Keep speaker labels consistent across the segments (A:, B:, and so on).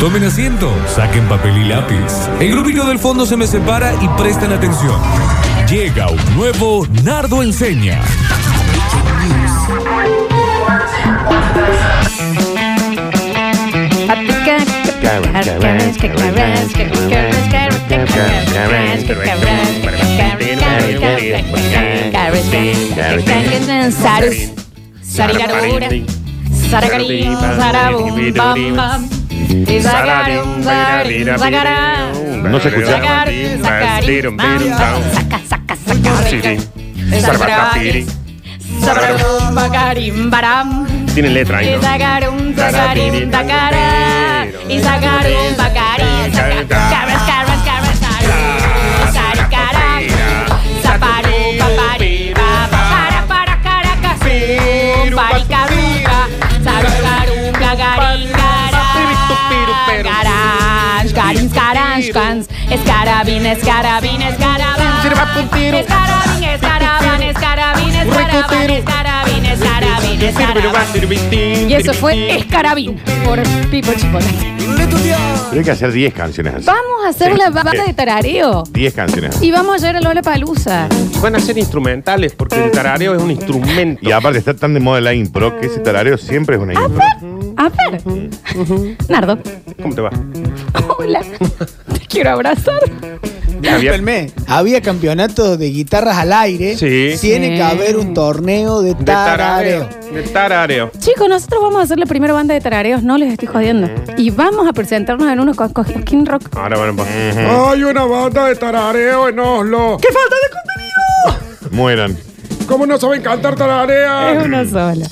A: Tomen asiento, saquen papel y lápiz. El grupito del fondo se me separa y prestan atención. Llega un nuevo Nardo Enseña.
B: Sarus. Sarigarbura. Saragarín, sarabum, bam, bam. Y sacarum, sacarum, sacará.
C: No se escucha.
B: Sacarum, sacarum, bam, bam. Saca, saca, saca.
C: Sarbatapiri.
B: Sabarum, bacarim, baram.
C: Tiene letra ahí,
B: Y
C: ¿no?
B: sacarum, sacarim, sacará. Y sacarum, bacarim, saca- cabras, cabras, cabras, sarum, saricaram. Zaparu, papari, baba, para, para, caracas, um, paricaruca, sarucaruca, garim, gará, garás, garins, garás, cans, escarabín, escarabín, escarabán, escarabín, escarabán, escarabán, escarabán, escarabín, escarabín, escarabán. Y eso fue Escarabín por Pipo Chipolati.
C: Pero hay que hacer 10 canciones así.
B: Vamos a hacer
C: Sí.
B: la banda de tarareo
C: 10 canciones así.
B: y vamos a llegar a Lola Palusa.
D: Van a ser instrumentales porque el tarareo es un instrumento.
C: Y aparte está tan de moda la impro que ese tarareo siempre es una impro.
B: A ver. Nardo.
D: ¿Cómo te va?
B: Hola. Te quiero abrazar.
D: Javier.
E: Discúlpenme, había campeonatos de guitarras al aire.
D: Sí.
E: Tiene
B: Sí.
E: que haber un torneo de
D: De
E: tarareo.
D: tarareo. De tarareo.
B: Chicos, nosotros vamos a hacer la primera banda de tarareos, no les estoy jodiendo. Y vamos a presentarnos en uno con Skin Rock.
D: Ahora van a pasar. Hay una banda de tarareo en Oslo.
B: ¡Qué falta de contenido!
C: Mueran.
D: ¿Cómo no saben cantar tararea?
B: Es una sola.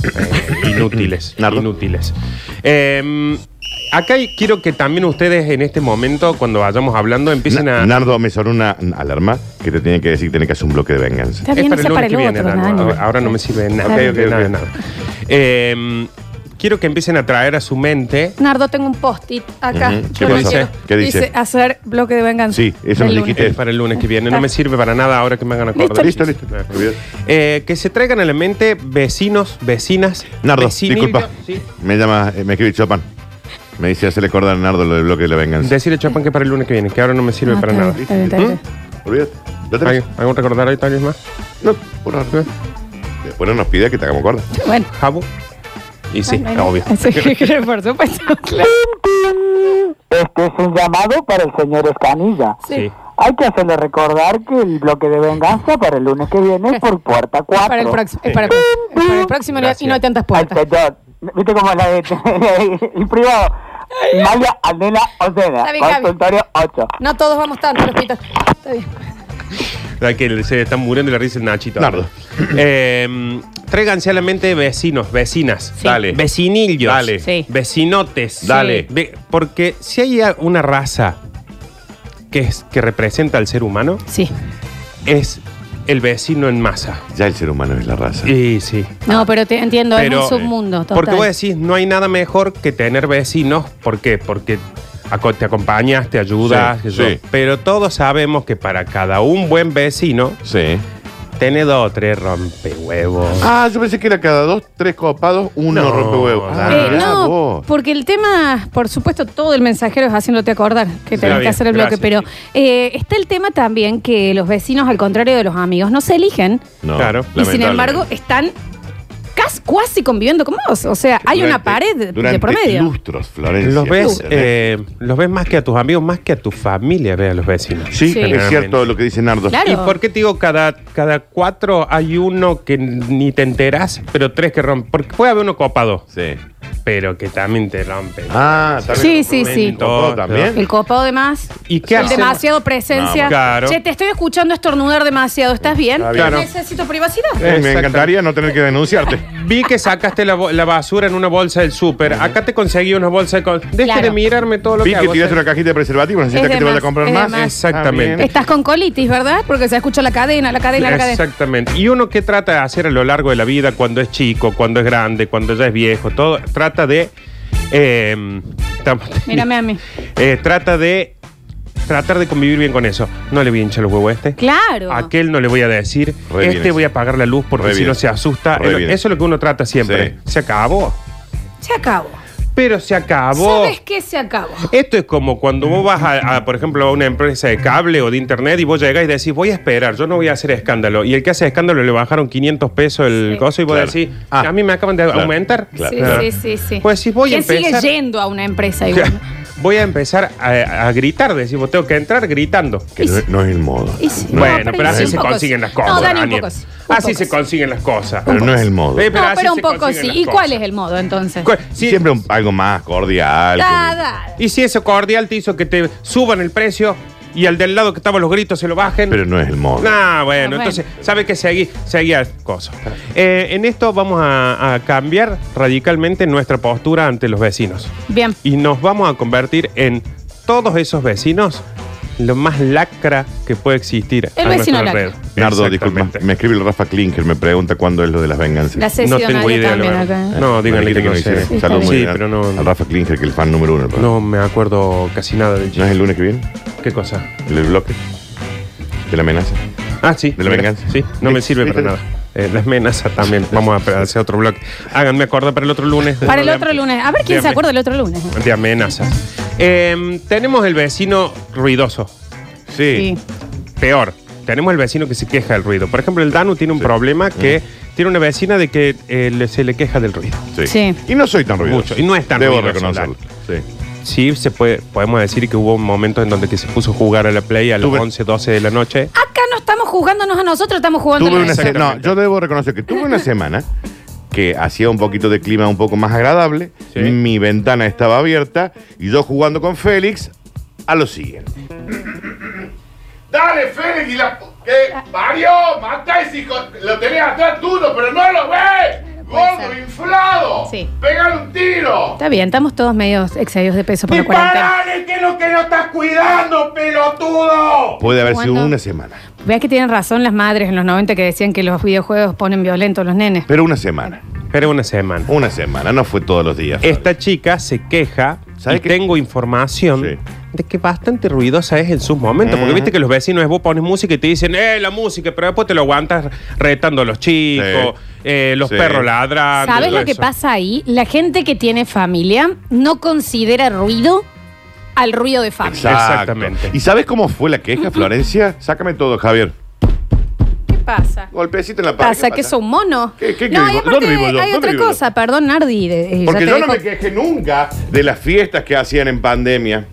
D: Inútiles.
C: Nardo.
D: Inútiles. Eh, acá hay- quiero que también ustedes en este momento, cuando vayamos hablando, empiecen
C: Na-
D: a.
C: Nardo, me sonó una alarma que te tiene que decir que tiene que hacer un bloque de venganza.
B: Está bien,
D: es para el
B: esa
D: lunes
B: para el
D: que viene,
B: otro,
D: Nardo.
B: Dani.
D: Ahora- Ahora no me sirve de nada.
B: Ok,
C: ok,
D: de nada,
C: ok.
D: nada. Eh, quiero que empiecen a traer a su mente.
B: Nardo, tengo un post-it acá.
C: Ujú. ¿Qué
B: Yo lo
D: dice?
B: quiero.
C: ¿Qué dice?
B: hacer bloque de venganza.
C: Sí, eso
B: Del
C: nos
B: lunes.
C: dijiste.
D: Es eh, para el lunes que viene. No me sirve para nada ahora que me hagan acordar.
C: Listo, listo.
D: Eh, que se traigan a la mente vecinos, vecinas.
C: Nardo,
D: vecinillos,
C: disculpa.
D: ¿sí?
C: Me llama, eh, me escribe Chopin. Me dice, hacerle acordar a Nardo lo del bloque de la venganza.
D: Decirle a Chopin que para el lunes que viene, que ahora no me sirve
B: Ah,
D: para
B: está
D: nada. ¿Mm?
B: bien, está bien, está bien.
C: Olvídate. ¿Lo tenés?
D: ¿Algo- ¿Algún recordar ahí ¿Eh? tal vez más?
C: No, por ahora. Después no nos pida que te hagamos corda.
B: Bueno.
D: Jabu. Y sí,
B: Bueno,
D: obvio.
B: sí, por supuesto, claro.
F: Este es un llamado para el señor Escanilla.
D: Sí.
F: Hay que hacerle recordar que el bloque de venganza para el lunes que viene es por puerta 4.
B: Para el próximo. Para, el- para el próximo y no hay tantas
F: Al
B: puertas.
F: señor. ¿Viste cómo es la de el privado? Maya Aldela Ocena,
B: Está bien, Javi.
F: consultorio 8.
B: No todos vamos tanto, los pitos. Está bien.
D: La que se está muriendo y le risa el Nachito.
C: Nardo.
D: Eh, tráiganse a la mente vecinos, vecinas.
C: Dale.
D: Vecinillos.
C: Dale.
B: Sí.
D: Vecinotes.
C: Dale.
D: Ve- porque si hay a- una raza que, es, que representa al ser humano,
B: Sí.
D: es el vecino en masa.
C: Ya el ser humano es la raza.
D: Y sí.
B: No, pero te entiendo,
D: Pero, eh,
B: es un submundo. Total.
D: Porque vos decís, no hay nada mejor que tener vecinos. ¿Por qué? Porque aco- te acompañas, te ayudas.
C: Sí,
D: qué sé yo.
C: sí.
D: Pero todos sabemos que para cada un buen vecino,
C: Sí.
D: tiene dos o tres rompehuevos.
C: Ah, yo pensé que era cada dos, tres copados, uno
D: No,
C: rompe huevos.
D: Dani.
B: Eh,
C: Ah, mirá
B: no,
C: vos.
B: porque el tema, por supuesto, todo el mensajero es haciéndote acordar que
D: Sí,
B: tenés
D: está
B: que
D: bien,
B: hacer el bloque,
D: gracias.
B: pero eh, está el tema también que los vecinos, al contrario de los amigos, no se eligen
C: No,
D: Claro.
B: y sin
C: lamentablemente.
B: embargo están casi cuasi conviviendo con vos. O sea, hay una
C: Durante-
B: pared de
C: durante
B: promedio.
C: lustros, Florencia.
D: Los ves,
C: ¿entendés?
D: eh, los ves más que a tus amigos, más que a tu familia, ve a los vecinos.
C: sí,
B: sí.
C: es cierto lo que dice Nardo.
B: Claro.
D: ¿Y por qué te digo cada, cada cuatro hay uno que ni te enterás, pero tres que rompen? Porque puede haber uno copado,
C: Sí.
D: pero que también te rompen.
C: Ah,
B: Sí,
C: también.
B: sí, sí.
C: Todo también.
B: El copado de más.
D: ¿Y qué
B: el
D: hacemos?
B: demasiado presencia.
D: No, claro.
B: Che, te estoy escuchando estornudar demasiado. ¿Estás bien?
C: Está bien.
D: Claro.
B: Necesito privacidad.
C: Eh, me encantaría no tener que denunciarte.
D: Vi que sacaste la, bo- la basura en una bolsa del súper. Acá te conseguí una bolsa de... con- Deje
B: Claro.
D: de mirarme todo lo
C: Vi
D: que
C: que
D: hago.
C: tiraste una cajita de preservativo, necesitas
B: Es
C: que
B: de
C: te vaya a
B: más,
C: comprar
B: es de
C: más.
B: más.
D: Exactamente.
C: Está bien.
B: Estás con colitis, ¿verdad? Porque se escucha la cadena, la cadena, la cadena.
D: Exactamente. Y uno que trata de hacer a lo largo de la vida, cuando es chico, cuando es grande, cuando ya es viejo, todo, trata de. eh, tam-
B: Mírame a mí.
D: Eh, trata de. Tratar de convivir bien con eso. No le voy a hinchar los huevos a este.
B: Claro.
D: A Aquel no le voy a decir.
C: Re bien
D: este
C: eso.
D: voy a apagar la luz porque
C: Re
D: si
C: bien.
D: no se asusta.
C: Re
D: Eh,
C: bien.
D: Eso es lo que uno trata siempre. Se acabó.
B: Se acabó.
D: Pero se acabó.
B: ¿Sabes qué se acabó?
D: Esto es como cuando vos vas, a, a, por ejemplo, a una empresa de cable o de internet y vos llegás y decís, voy a esperar, yo no voy a hacer escándalo. Y el que hace escándalo le bajaron 500 pesos el
B: Sí.
D: coso y vos
C: Claro.
D: decís,
C: Ah.
D: a mí me acaban de
C: Claro.
D: aumentar.
C: Claro.
B: sí,
D: Claro.
B: sí, sí, sí.
D: Pues si voy a
B: ¿Quién
D: empezar-
B: sigue yendo a una empresa igual?
D: Voy a empezar a, a gritar, decís, vos tengo que entrar gritando.
C: Que no, no es el modo.
B: Y sí.
C: No es-
D: Bueno,
B: pero
D: pero así
B: un
D: se
B: poco
D: consiguen
B: sí.
D: las cosas.
B: No, Dani, un
D: Daniel.
B: poco sí. Un
D: Así
B: poco
D: se
B: sí.
D: consiguen las cosas.
C: Pero no es el modo.
D: Eh,
B: no,
D: así
B: pero un
D: se
B: poco
D: consiguen
B: sí.
D: las
B: ¿Y cuál es
D: cosas.
B: el modo entonces?
D: Cu- si-
C: Siempre un- algo más cordial.
B: Da,
C: que-
B: da.
D: Y si eso cordial te hizo que te suban el precio y al del lado que estaban los gritos se lo bajen.
C: Pero no es el modo.
D: Ah,
B: Ah,
D: bueno,
B: bueno.
D: entonces, ¿sabe que seguí? Seguía cosas. Eh, en esto vamos a, a cambiar radicalmente nuestra postura ante los vecinos.
B: Bien.
D: Y nos vamos a convertir en todos esos vecinos lo más lacra que puede existir.
B: El
D: a
B: vecino
D: nuestro
B: lacra.
D: alrededor.
C: Nardo, disculpa.
D: Exactamente.
C: Me escribe el Rafa Klinker, me pregunta cuándo es lo de las venganzas.
B: La
D: No
B: sesión
D: tengo idea.
B: también
D: la
B: acá.
D: verdad.
B: ¿eh?
D: No, díganle que no
C: Mariquita
D: sé.
C: dice, Saludos
D: Sí,
C: muy
D: pero no,
C: A Rafa Klinger, que es el fan número uno. del programa.
D: no me acuerdo casi nada del
C: ¿No es el lunes que viene?
D: ¿Qué cosa?
C: ¿El del bloque? ¿De la amenaza?
D: Ah, sí.
C: De la
D: mira,
C: venganza.
D: Sí, no me sirve para
C: ¿Viste?
D: nada. Eh, las amenazas también. Vamos a hacer otro blog. Háganme acordar para el otro lunes.
B: Para el otro lunes. A ver quién se
D: Dígame.
B: acuerda del otro lunes.
D: De amenazas. Eh, tenemos el vecino ruidoso.
B: Sí.
D: Peor. Tenemos el vecino que se queja del ruido. Por ejemplo, el Danu tiene un
C: Mm.
D: problema que tiene una vecina de que eh, le- se le queja del ruido.
C: Sí.
B: Sí.
C: Y no soy tan ruidoso.
D: Mucho, y no es tan
C: Debo
D: ruidoso,
C: reconocerlo. Sí.
D: Sí, se puede, podemos decir que hubo un momento en donde que se puso a jugar a la play a las
C: Tuve-
D: 11, 12 de la noche.
B: Acá no estamos jugándonos a nosotros, estamos jugando
C: Tuve
B: al
C: una
B: resto.
C: se- no,
D: Exactamente.
C: yo debo reconocer que tuve una semana que hacía un poquito de clima un poco más agradable,
D: Sí.
C: mi ventana estaba abierta y yo jugando con Félix a lo siguiente. Dale, Félix, y la... que Mario, matá ese hijo, lo tenés atrás tuyo, pero no lo ves.
B: puede Gordo, ser.
C: inflado.
B: Sí.
C: Pégale un tiro.
B: Está bien, estamos todos medios excedidos de peso por la cuarentena.
D: ¿Qué es lo que no estás cuidando, pelotudo?
C: Puede haber sido
B: ¿Cuándo?
C: una semana,
B: Veas que tienen razón las madres en los 90 que decían que los videojuegos ponen violentos a los nenes.
C: pero una semana.
D: Era una semana.
C: Una semana, no fue todos los días. Flor.
D: Esta chica se queja
C: ¿Sabe
D: y
C: qué?
D: tengo información
C: Sí.
D: de que bastante ruidosa es en sus momentos. Porque viste que los vecinos es vos pones música y te dicen, eh, la música, pero después te lo aguantas retando a los chicos,
C: Sí.
D: eh, los
C: Sí.
D: perros ladrando.
B: ¿Sabes
D: todo
B: lo que
D: eso.
B: pasa ahí? La gente que tiene familia no considera ruido al ruido de familia.
C: Exactamente.
D: Exactamente.
C: ¿Y sabes cómo fue la queja, Florencia? Sácame todo, Javier.
B: ¿Qué pasa?
C: Golpecito en la pared.
B: ¿Pasa
C: ¿qué
B: que son mono?
C: ¿Qué- qué- qué
B: no, y
C: digo?
B: aparte
C: ¿Dónde vivo yo?
B: hay
C: ¿Dónde
B: otra
C: vivo yo?
B: cosa, perdón, Nardi. de- eh,
C: Porque
B: ya te
C: yo no
B: dejo-
C: me quejé nunca de las fiestas que hacían en pandemia.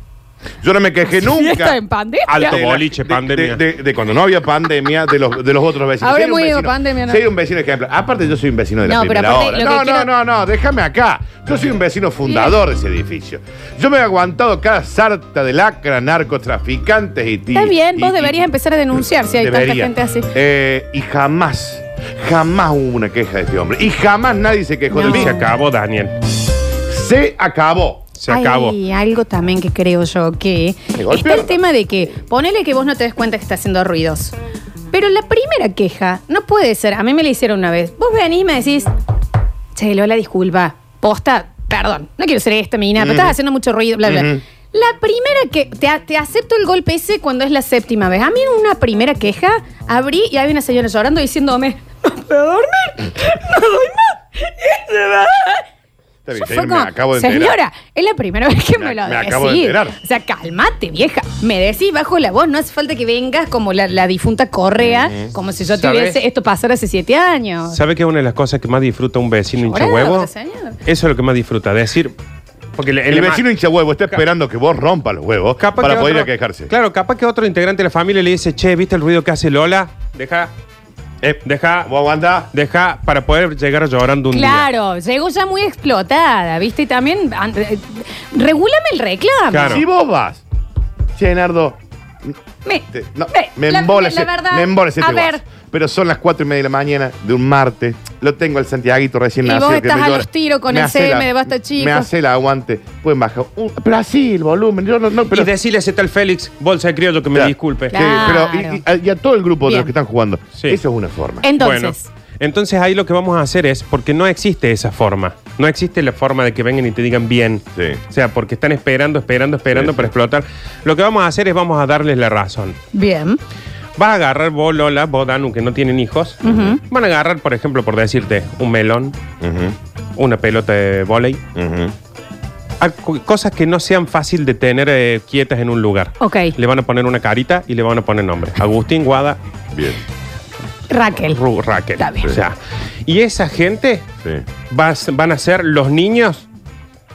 C: Yo no me quejé nunca.
B: ¿Fiesta en pandemia?
D: Alto
C: de la-
D: boliche,
C: de-
D: pandemia.
C: De, de- de cuando no había pandemia, de los, de los otros vecinos.
B: Ahora
C: Si era un
B: muy
C: vecino-
B: pandemia, ¿no?
C: si era un vecino ejemplo. Aparte, yo soy un vecino de la
B: No, pero
C: primera
B: aparte,
C: hora.
B: lo
C: No, no,
B: que quiero-
C: no, no, déjame acá. Yo soy un vecino fundador de ese edificio. Yo me he aguantado cada sarta de lacra, narcotraficantes y
B: Está bien,
C: y-
B: vos
C: y-
B: deberías empezar a denunciar si hay
C: Debería.
B: tanta gente así.
C: Eh, y jamás, jamás hubo una queja de este hombre. Y jamás nadie se quejó
B: No.
C: de mí.
D: Se acabó, Daniel.
C: Se acabó.
D: Se acabó.
B: Hay algo también que creo yo que
C: Me golpearon.
B: está el tema de que ponele que vos no te des cuenta que está haciendo ruidos. Pero la primera queja no puede ser, a mí me la hicieron una vez. Vos venís y me decís, che, Lola, disculpa, posta, perdón, no quiero ser esta mina, pero estás haciendo mucho ruido, bla, bla.
C: Ujú.
B: La primera que te, a- te acepto el golpe ese cuando es la séptima vez. A mí en una primera queja abrí y había una señora llorando diciéndome, no puedo dormir, no doy más. Y se va.
C: Está bien,
B: Yo
C: me
B: fue como,
C: acabo de enterar.
B: Señora, es la primera vez que me,
C: Me-
B: lo
C: me
B: decís.
C: acabo de enterar.
B: O sea, cálmate, vieja. Me decís bajo la voz, no hace falta que vengas como la, la difunta Correa, como si yo
D: ¿Sabes?
B: tuviese esto pasar hace siete años.
D: ¿Sabe qué es una de las cosas que más disfruta un vecino hincha
B: Llorando,
D: huevo?
B: pero señor.
D: Eso es lo que más disfruta, decir. Porque el,
C: El vecino hincha huevo está esperando que vos rompas los huevos
D: Capaz
C: para
D: que
C: poder ir a
D: otro-
C: quejarse.
D: Claro, capaz que otro integrante de la familia le dice, che, ¿viste el ruido que hace Lola? Deja, eh, deja,
C: ¿Vos aguantás?
D: deja para poder llegar llorando un día.
B: Claro, llegó ya muy explotada, ¿viste? Y también, an- eh, regúlame el reclamo.
D: Claro.
C: Si vos vas. Che, Nardo.
B: Me,
C: te- no,
B: ve,
C: me
B: Eh, la-
C: embola
B: la
C: ese-
B: verdad,
C: me embola ese
B: A
C: te
B: ver,
C: vas. Pero son las cuatro y media de la mañana de un martes. Lo tengo al Santiaguito recién
B: Y
C: nacido.
B: vos
C: que
B: estás
C: me
B: a
C: llora.
B: los tiros con
C: Me
B: el
C: hace
B: CM
C: la-
B: de Basta Chicos.
C: Me hace el aguante. Pueden bajar. un- pero así el volumen. Yo no, no, pero
D: y decirle a tal Félix, bolsa de criollo, que me
C: Claro.
D: disculpe.
C: Sí,
B: Claro.
C: pero y, y a, y a todo el grupo de
B: Bien. Eh.
C: los que están jugando.
D: Sí.
C: Eso es una forma.
B: entonces,
D: Bueno, entonces ahí lo que vamos a hacer es, porque no existe esa forma. No existe la forma de que vengan y te digan bien.
C: Sí.
D: O sea, porque están esperando, esperando, esperando
C: Sí, sí.
D: para explotar. Lo que vamos a hacer es vamos a darles la razón.
B: bien.
D: Vas a agarrar vos, Lola, vos, Danu, que no tienen hijos.
B: Ujú.
D: Van a agarrar, por ejemplo, por decirte, un melón,
C: Ujú,
D: una pelota de vóley,
C: ujú.
D: a co- cosas que no sean fácil de tener eh, quietas en un lugar.
B: Ok.
D: Le van a poner una carita y le van a poner nombre. Agustín Guada
C: Bien.
B: Raquel.
D: Ru- Raquel.
B: Está bien.
D: O sea, y esa gente
C: Sí.
D: va a ser- van a ser los niños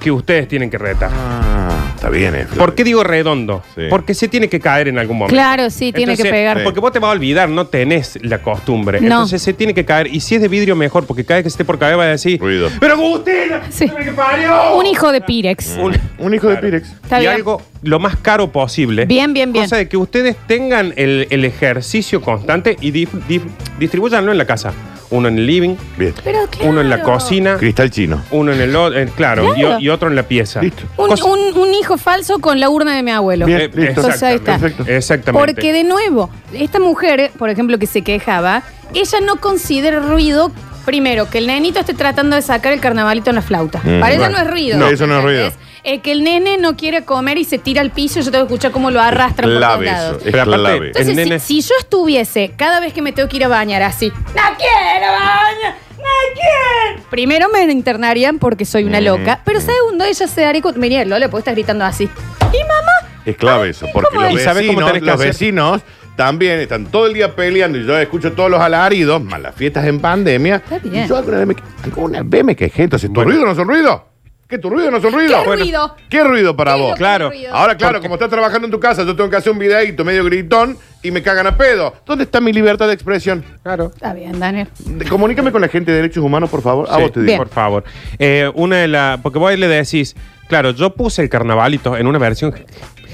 D: que ustedes tienen que retar.
C: Ah, está bien, eh. Flor.
D: ¿Por qué digo redondo?
C: Sí.
D: Porque se tiene que caer en algún momento.
B: Claro, sí, tiene que
D: Entonces,
B: pegar.
C: eh,
D: Porque vos te vas a olvidar, no tenés la costumbre.
B: No.
D: Entonces se tiene que caer. Y si es de vidrio, mejor, porque cada vez que se esté por caer va a decir.
C: Ruido.
D: ¡Pero Agustina!
B: Sí.
D: ¡Que me parió!
B: Un hijo de Pirex.
C: Mm.
D: Un-
C: Un hijo de Pirex.
B: Está
D: y
B: bien.
D: algo lo más caro posible.
B: Bien, bien, bien.
D: Cosa de que ustedes tengan el, el ejercicio constante y dif- dif- distribuyanlo en la casa. Uno en el living,
C: Bien.
B: Pero claro.
D: uno en la cocina,
C: Cristal chino.
D: uno en el o- eh, claro,
B: Claro.
D: Y, y otro en la pieza.
C: Listo.
B: Un,
D: Cosa-
B: un- un hijo falso con la urna de mi abuelo.
C: Bien,
D: Eh,
C: listo.
B: Entonces ahí está.
D: exactamente. Exactamente.
B: Porque de nuevo, esta mujer, por ejemplo, que se quejaba, ella no considera ruido. Primero, que el nenito esté tratando de sacar el carnavalito en la flauta.
C: Mm,
B: Para ella
C: bueno.
B: no es ruido.
C: No, eso no es ruido.
B: Eh, que el nene no quiere comer y se tira al piso, yo tengo que escuchar cómo lo arrastran por todos
C: Clave
B: lados.
C: eso.
D: Pero aparte, eh,
C: clave.
D: El
B: Entonces, si-
D: nene-
B: si, yo estuviese cada vez que me tengo que ir a bañar así, ¡No quiero bañar! ¡No quiero! Primero me internarían porque soy una loca, pero segundo, ella se daría cuenta. Mira, Lola, porque estás gritando así. ¿Y mamá?
C: Es clave eso, porque
B: ¿cómo
C: los
D: es? ¿Y sabes cómo
C: vecinos,
D: tenés que
C: los
D: hacer?
C: vecinos también están todo el día peleando y yo escucho todos los alaridos, más las fiestas en pandemia.
B: Está bien.
C: Y yo alguna vez me, que- alguna vez me quejé, entonces, ¿tu
D: Bueno.
C: ruido no son ruido? ¿Qué tu ruido no son ruido?
B: ¿Qué ruido?
C: ¿Qué ruido para
B: ¿Qué es lo
C: vos?
B: que
D: claro.
B: es ruido?
C: Ahora, claro,
D: Porque-
C: como estás trabajando en tu casa, yo tengo que hacer un videíto medio gritón y me cagan a pedo. ¿Dónde está mi libertad de expresión?
D: Claro.
B: Está bien, Daniel.
C: De- comunícame con la gente de derechos humanos, por favor. A
D: Sí,
C: vos te
B: Bien.
C: digo.
D: Por favor. Eh, una de las. Porque vos ahí le decís. Claro, yo puse el carnavalito en una versión ge-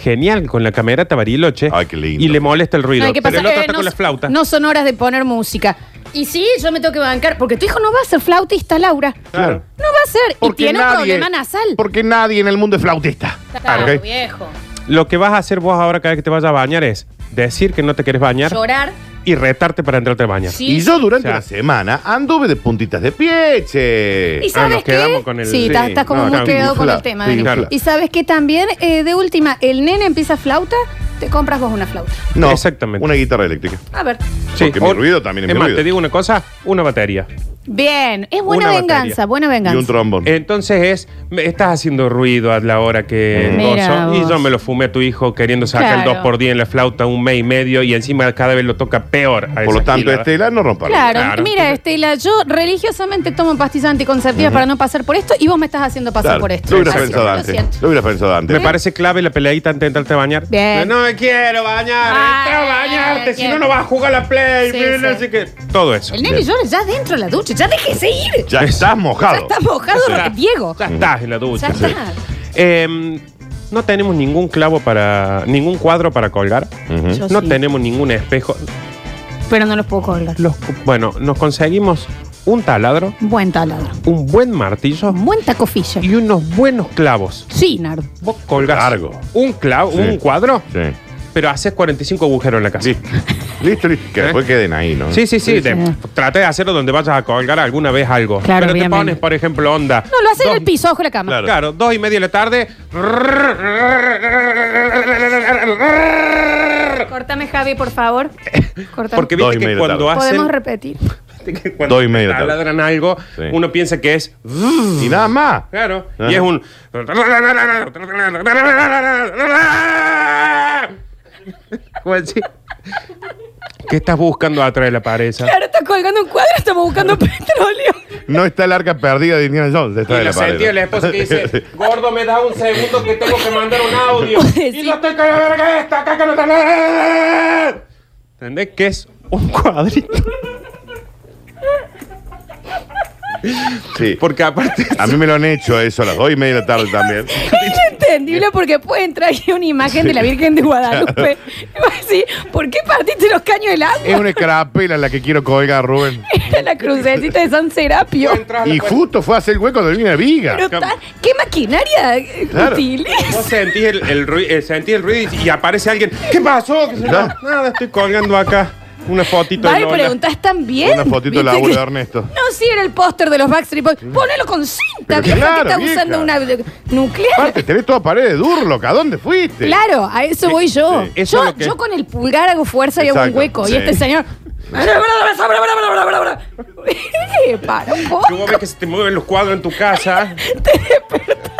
D: genial con la camerata Bariloche.
C: Ay, qué lindo.
D: Y le molesta el ruido.
B: No hay que
D: pero
B: pasar.
D: el
B: eh,
D: otro está
B: no,
D: con la flauta.
B: no son horas de poner música. Y sí, yo me tengo que bancar, porque tu hijo no va a ser flautista, Laura.
C: Claro.
B: No va a ser. y tiene un problema nasal.
C: Porque nadie en el mundo es flautista.
D: Ah,
C: Ah,
B: Claro,
C: Ok.
B: viejo.
D: Lo que vas a hacer vos ahora cada vez que te vayas a bañar es decir que no te quieres bañar
B: Llorar.
D: y retarte para entrarte a bañar.
B: Sí.
C: Y yo durante
D: O sea,
C: la semana anduve de puntitas de pie, che.
B: ¿Y sabes
D: Ah, nos
B: qué?
D: quedamos con el-
B: sí,
D: sí,
B: estás estás como
D: no,
B: muy
D: claro,
B: quedado con el
C: infla,
B: tema.
C: sí,
B: Dani.
C: infla.
B: Y sabes que también, eh, de última, el nene empieza flauta, te compras vos una flauta.
C: No,
D: Exactamente.
C: Una guitarra eléctrica.
B: A ver.
C: Porque mi ruido también es mi
D: más,
C: ruido.
D: te digo una cosa, una batería.
B: Bien, es buena
D: Una
B: venganza,
D: batería.
B: buena
C: Y un
B: venganza.
C: trombón.
D: Eh, Entonces es, me estás haciendo ruido a la hora que
B: Mm. Mira
D: gozo.
B: vos.
D: Y yo me lo fumé a tu hijo queriendo sacar
B: Claro.
D: el 2x10 en la flauta un mes y medio y encima cada vez lo toca peor. a
C: Por
D: esa
C: lo tanto, este
D: gilada.
C: Estela no rompa.
B: Claro,
D: Claro.
B: mira, Estela, yo religiosamente tomo pastillas anticonceptivas para no pasar por esto y vos me estás haciendo pasar
C: Claro.
B: por esto.
C: Lo hubieras
B: Así que
C: pensado
B: lo
C: antes.
B: siento.
C: Lo hubieras pensado antes.
D: Me parece clave la peleadita antes de entrarte a bañar.
B: Bien.
D: No me quiero bañar,
B: Ah,
D: entra a bañarte, si
B: bien.
D: no, no vas a jugar a la play.
B: Sí,
D: bien,
B: sí.
D: Así que todo eso.
B: El nene llora ya dentro de la ducha, ya déjese ir.
C: Ya estás mojado.
B: Está mojado, Diego.
D: Ya estás en la ducha.
B: Ya está.
D: Eh, no tenemos ningún clavo para. ningún cuadro para colgar.
C: Ujú.
B: Yo
D: No
B: sí,
D: tenemos ningún espejo.
B: Pero no los puedo colgar.
D: Los- bueno, nos conseguimos un taladro,
B: Buen taladro.
D: un buen martillo
B: Buen tacofilla.
D: y unos buenos clavos.
B: Sí, Nardo.
D: Vos colgás
C: Largo.
D: un clavo,
C: Sí.
D: un cuadro,
C: Sí.
D: pero haces 45 agujeros en la casa.
C: Listo. Listo, listo. Que
D: ¿Eh?
C: después queden ahí, ¿no?
D: Sí, sí, sí.
B: Sí,
D: de-
B: sí.
D: Trata de hacerlo donde vayas a colgar alguna vez algo.
B: Claro,
D: Pero
B: obviamente.
D: te pones, por ejemplo, onda.
B: No, lo hace en
D: dos-
B: el piso, bajo la cama.
C: Claro.
D: Claro, dos y media de la tarde.
B: Cortame, Javi, por favor.
C: Eh,
B: Cortame.
D: Porque
C: Dos y
D: viste
C: media de
D: que
C: la
D: cuando
C: tarde.
B: Podemos
D: hacen.
B: repetir.
D: viste que cuando
C: Dos y media de la tarde.
D: taladran algo,
C: Sí.
D: uno piensa que es.
C: Y nada más.
D: Claro.
C: Ah.
D: Y es un. Como así. ¿Qué estás buscando atrás de la pared? esa?
B: Claro, está colgando un cuadro, estamos buscando petróleo.
C: No está el arca perdida de Indiana Jones.
D: Y
C: detrás de
D: la
C: pared.
D: sentí de la esposa que dice, gordo, me da un segundo que tengo que mandar un audio.
B: Sí.
D: Y no estoy con la verga esta, acá que no está. ¿Entendés? Que es un cuadrito.
C: Sí.
D: Porque aparte.
C: A mí me lo han hecho eso a las dos y media de la tarde también.
B: Es entendible porque puede entrar ahí una imagen de la Virgen de Guadalupe. Y vos decís, ¿por qué partiste los caños del agua?
C: Es una escarapela la que quiero colgar, Rubén.
B: Era la crucecita de San Serapio.
D: entras a la
C: Y
D: cuenta-
C: justo fue a hacer hueco de una viga.
B: Pero tan- ¿Qué maquinaria eh,
C: Claro.
D: Vos
B: utiliza?
D: sentís el, el ruido, eh, sentís el ruido y, y aparece alguien. ¿Qué pasó? ¿Qué se-
C: Claro.
D: Nada, estoy colgando acá una fotito
B: Vale,
D: de Lola.
B: preguntás tan bien.
C: Una fotito de la
B: ¿Viste
C: abuela
B: que-
C: de Ernesto.
B: No, sí, era el póster de los Backstreet Boys. Ponelo con cinta,
C: Pero
B: vieja,
C: claro,
B: que está
C: vieja.
B: usando una eh, nuclear.
C: Aparte, tenés toda pared de Durloc. ¿A dónde fuiste?
B: Claro, a eso voy yo.
D: sí. Eso
B: Yo,
D: es lo que-
B: yo con el pulgar hago fuerza y hago un
C: Exacto,
B: hueco. Y
C: sí.
B: este señor. Para un
D: Que vos ves
B: poco.
D: que se te mueven los cuadros en tu casa.
B: Te despertás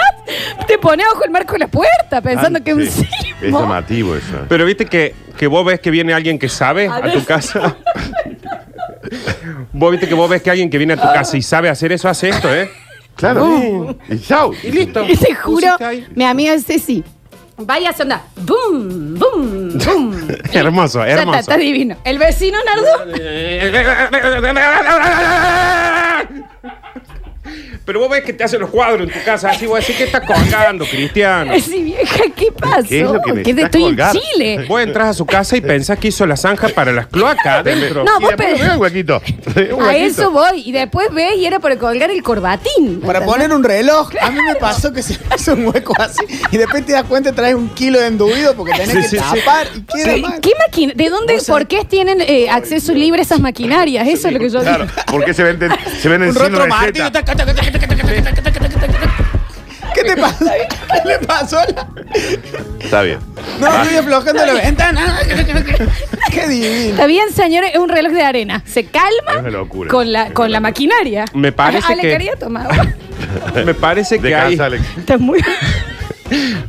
B: Te pone ojo el marco de la puerta pensando
C: Ah,
B: que es un
C: sí. Es
B: sismo.
C: llamativo eso.
D: Pero viste que, que vos ves que viene alguien que sabe a,
B: A ver.
D: tu casa. vos viste que vos ves que alguien que viene a tu casa y sabe hacer eso, hace esto, ¿eh?
C: Claro. Y chao.
D: Y listo.
B: Y te juro,
D: Pusiste ahí.
B: mi amiga Ceci, vaya sonda, boom, boom, boom.
D: Hermoso,
B: Ya Está,
D: hermoso.
B: está divino. El vecino Nardo.
D: Pero vos ves que te hacen los cuadros en tu casa, así vos decís que estás colgando, Cristiano.
B: Sí, vieja, ¿qué pasó?
C: ¿Qué es lo que
B: te-
C: necesitas
B: estoy
C: colgar?
B: en Chile.
D: Vos entras a su casa y pensás que hizo la zanja para las cloacas adentro.
B: No,
C: Y
B: vos
C: después
B: pedí-
C: ve el huequito. Ve un
B: A
C: huequito.
B: eso voy. Y después ve y era para colgar el corbatín.
E: Para
B: ¿entendés?
E: poner un reloj, a mí me pasó que se me hizo un hueco así y después te das cuenta traes un kilo de enduido porque tenés
D: Sí,
E: que
D: sí, sí.
E: tapar y queda
B: ¿Qué,
E: mal.
B: qué maquin- ¿De dónde,
E: O sea-
B: por qué tienen eh, acceso libre esas maquinarias? Eso es lo que yo
C: Claro,
B: digo.
C: porque se venden, se venden
E: Un
C: sin
E: rostro martillo.
C: receta.
E: tac, tac, tac, tac, tac, tac, tac, tac, tac, tac, tac. ¿Qué te pasó? ¿Qué le pasó? a la-
C: Está bien.
E: No, estoy aflojando la ventana. Qué divino.
B: Está bien, señores, es un reloj de arena. Se calma
C: Es una locura.
B: con la, con la maquinaria.
D: Me parece
B: Ale,
D: que-
B: quería tomar agua.
D: Me parece que hay.
C: Descansa, Alex.
B: Estás muy...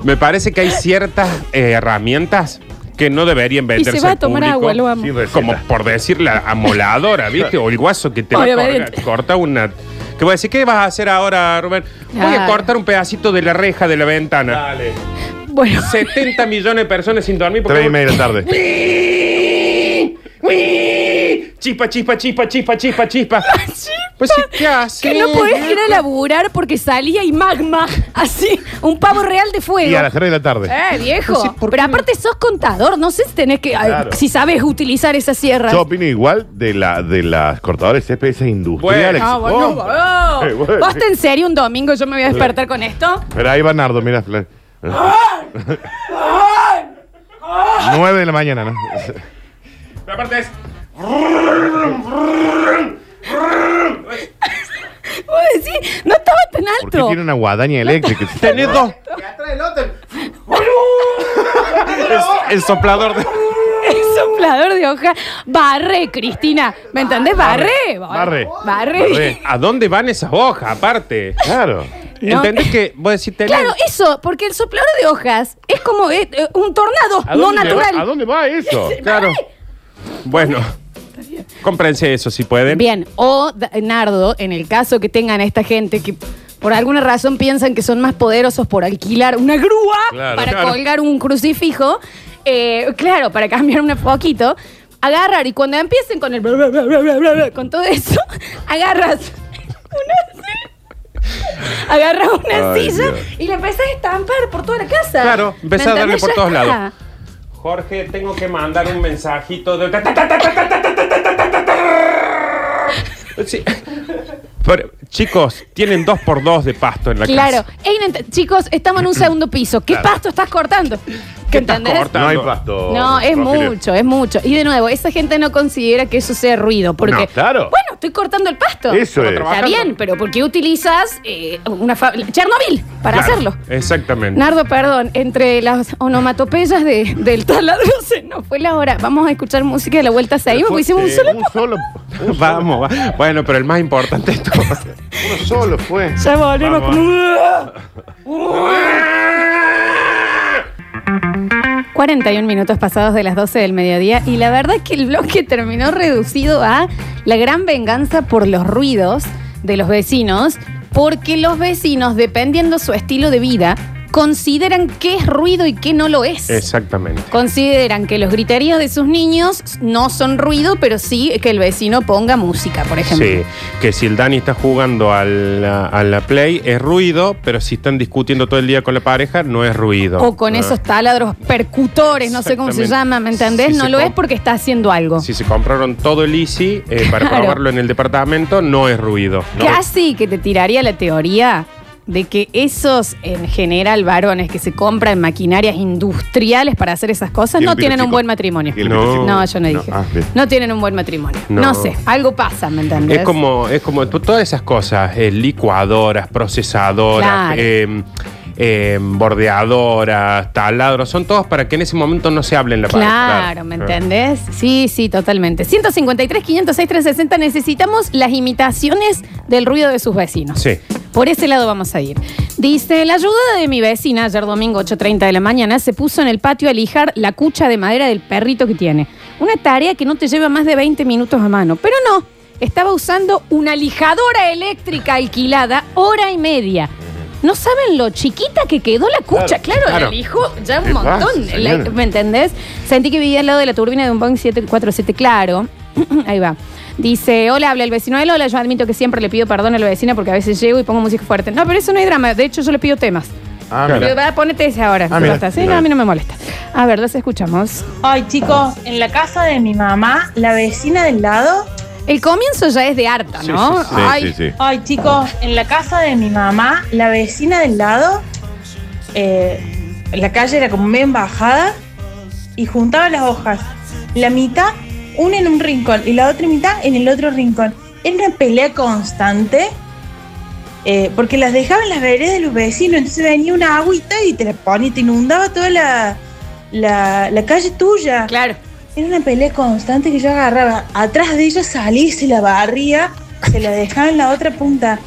D: Me parece que hay ciertas eh, herramientas que no deberían
B: Y
D: venderse
B: se va a
D: al
B: tomar
D: público.
B: agua, lo amo.
C: Sin receta.
D: Como por decir la amoladora, ¿viste? O el guaso que te va a
B: Obviamente.
D: cortar, corta una. Que voy a decir, ¿qué vas a hacer ahora, Rubén? Voy a
B: Claro.
D: cortar un pedacito de la reja de la ventana.
B: Bueno,
D: 70 millones de personas sin dormir porque.
C: Tres y media de la tarde.
D: ¡Uii! Chispa, chispa, chispa, chispa, chispa, chispa. Pues sí, ¿qué haces?
B: que no podés ir a laburar porque salía y magma, así, un pavo real de fuego.
C: Y a las tres de la tarde.
B: Eh, viejo.
D: Pues sí, ¿por
B: Pero
D: qué no?
B: aparte sos contador, no sé si tenés que. ay,
C: Claro.
B: Si sabes utilizar esa sierra.
C: Yo opino igual de, la, de las cortadoras de especies industriales.
B: Ah, bueno,
C: Oh.
B: oh.
C: Eh, bueno.
B: ¿Vos te en serio un domingo yo me voy a despertar con esto?
C: Pero ahí va Nardo, mira. Fla- Nueve de la mañana, ¿no?
D: Pero aparte es.
B: Vos decís, no estaba tan
C: ¿Por qué
B: alto.
C: tiene una guadaña eléctrica?
D: Tenés dos. Es- el soplador de.
B: El soplador de hoja. Barre, Cristina. ¿Me entendés? Barre.
C: Barre.
B: Barre.
C: Barre.
D: ¿A dónde van esas hojas, aparte?
C: Claro.
B: No. eh,
D: ¿Entendés que vos decís tenés?
B: Claro, eh, eso, porque el soplador de hojas es como eh, eh, un tornado
C: ¿A
B: no
C: dónde le va-
B: natural.
C: ¿A dónde va eso?
D: Claro. Bueno. Cómprense eso si pueden.
B: Bien, o da- Nardo, en el caso que tengan a esta gente que por alguna razón piensan que son más poderosos por alquilar una grúa
C: Claro,
B: para
D: claro.
B: colgar un crucifijo, eh, claro, para cambiar un poquito, agarrar y cuando empiecen con el bla, bla, bla, bla, bla, bla, bla, con todo eso, agarras una agarras una
C: Ay,
B: silla
C: Dios.
B: y la empezás a estampar por toda la casa.
D: Claro, empezás
B: ¿Me
D: a darle
B: entendés?
D: por
B: Ya
D: todos
B: está.
D: lados. Jorge, tengo que mandar un mensajito de. ta, ta, ta, ta, ta, ta, ta, ta, ta, ta, ta, ta, ta, ta. Sí. Pero, chicos, tienen dos por dos de pasto en la
B: Claro,
D: casa.
B: Ey, no ent- chicos, estamos en un segundo piso. ¿Qué
C: Claro.
B: pasto estás cortando?
D: ¿Qué
B: ¿Qué
D: estás
B: entendés?
D: cortando?
C: No hay pasto.
B: No, es
C: Rogelio.
B: mucho, es mucho. Y de nuevo, esa gente no considera que eso sea ruido, porque
C: No, claro.
B: bueno, estoy cortando el pasto.
C: Eso es.
B: Está bien, pero ¿por qué utilizas eh, una fa- Chernobyl para
D: Claro,
B: hacerlo?
D: Exactamente.
B: Nardo, perdón, entre las onomatopeyas de, del taladro se nos fue la hora. Vamos a escuchar música de la vuelta a seguimos, porque hicimos un
C: Eh,
B: solo.
C: Un solo. un solo-
D: Vamos, va- bueno, pero el más importante es todo.
C: Uno solo fue.
B: Ya volvemos
D: Vamos.
B: con- 41 minutos pasados de las 12 del mediodía y la verdad es que el bloque terminó reducido a la gran venganza por los ruidos de los vecinos, porque los vecinos, dependiendo su estilo de vida, consideran qué es ruido y qué no lo es.
D: Exactamente.
B: Consideran que los griteríos de sus niños no son ruido, pero sí que el vecino ponga música, por ejemplo.
D: Sí, que si el Dani está jugando a la, a la Play es ruido, pero si están discutiendo todo el día con la pareja no es ruido.
B: O con
D: Ah.
B: esos taladros percutores, no sé cómo se
D: Exactamente.
B: llama, ¿me entendés?
D: Sí,
B: no
D: se
B: lo es
D: com-
B: porque está haciendo algo.
D: Si se compraron todo el Easy eh, para
B: Claro.
D: probarlo en el departamento, no es ruido. No.
B: Casi que te tiraría la teoría de que esos, en general, varones que se compran maquinarias industriales para hacer esas cosas,
C: ¿Quién
B: no
C: pide,
B: tienen un
C: chico?
B: buen matrimonio.
C: ¿Quién
D: No.
C: pide, chico?
B: No, yo no dije.
C: ah, bien.
B: No tienen un buen matrimonio. No,
D: No.
B: sé, algo pasa, ¿me entendés?
D: Es como, es como to- todas esas cosas, eh, licuadoras, procesadoras,
B: Claro.
D: eh, eh, bordeadoras, taladros, son todos para que en ese momento no se hable en la pareja.
B: Claro, ¿me entendés? Sí, sí, totalmente. 153, 506, 360, necesitamos las imitaciones del ruido de sus vecinos.
D: Sí.
B: Por ese lado vamos a ir. Dice, la ayuda de mi vecina ayer domingo 8.30 de la mañana se puso en el patio a lijar la cucha de madera del perrito que tiene. Una tarea que no te lleva más de 20 minutos a mano. Pero no, estaba usando una lijadora eléctrica alquilada hora y media. No saben lo chiquita que quedó la cucha.
C: Claro,
B: Claro,
C: claro.
B: la lijó ya un
C: ¿Qué pasa,
B: montón. La-
C: señora?
B: ¿Me entendés? Sentí que vivía al lado de la turbina de un Boeing 747, claro. Ahí va. Dice, hola, habla el vecino de Lola. Yo admito que siempre le pido perdón a la vecina porque a veces llego y pongo música fuerte. No, pero eso no hay drama. De hecho, yo le pido temas.
C: Ah,
D: Claro.
B: Pero, va, ponete ese ahora.
C: Ah, mira.
B: Basta. Sí, no, a mí no me molesta. A ver, los escuchamos.
G: Ay, chicos, en la casa de mi mamá, la vecina del lado.
B: El comienzo ya es de harta, ¿no?
C: Sí,
B: Ay,
C: sí, sí.
G: Ay, chicos, en la casa de mi mamá, la vecina del lado. eh, la calle era como medio embajada y juntaba las hojas. La mitad, una en un rincón y la otra mitad en el otro rincón. Era una pelea constante. eh, porque las dejaban en las veredas de los vecinos, entonces venía una agüita y te la ponía y te inundaba toda la, la, la calle tuya.
B: Claro.
G: Era una pelea constante que yo agarraba. Atrás de ella salí, se la barría, se la dejaba en la otra punta.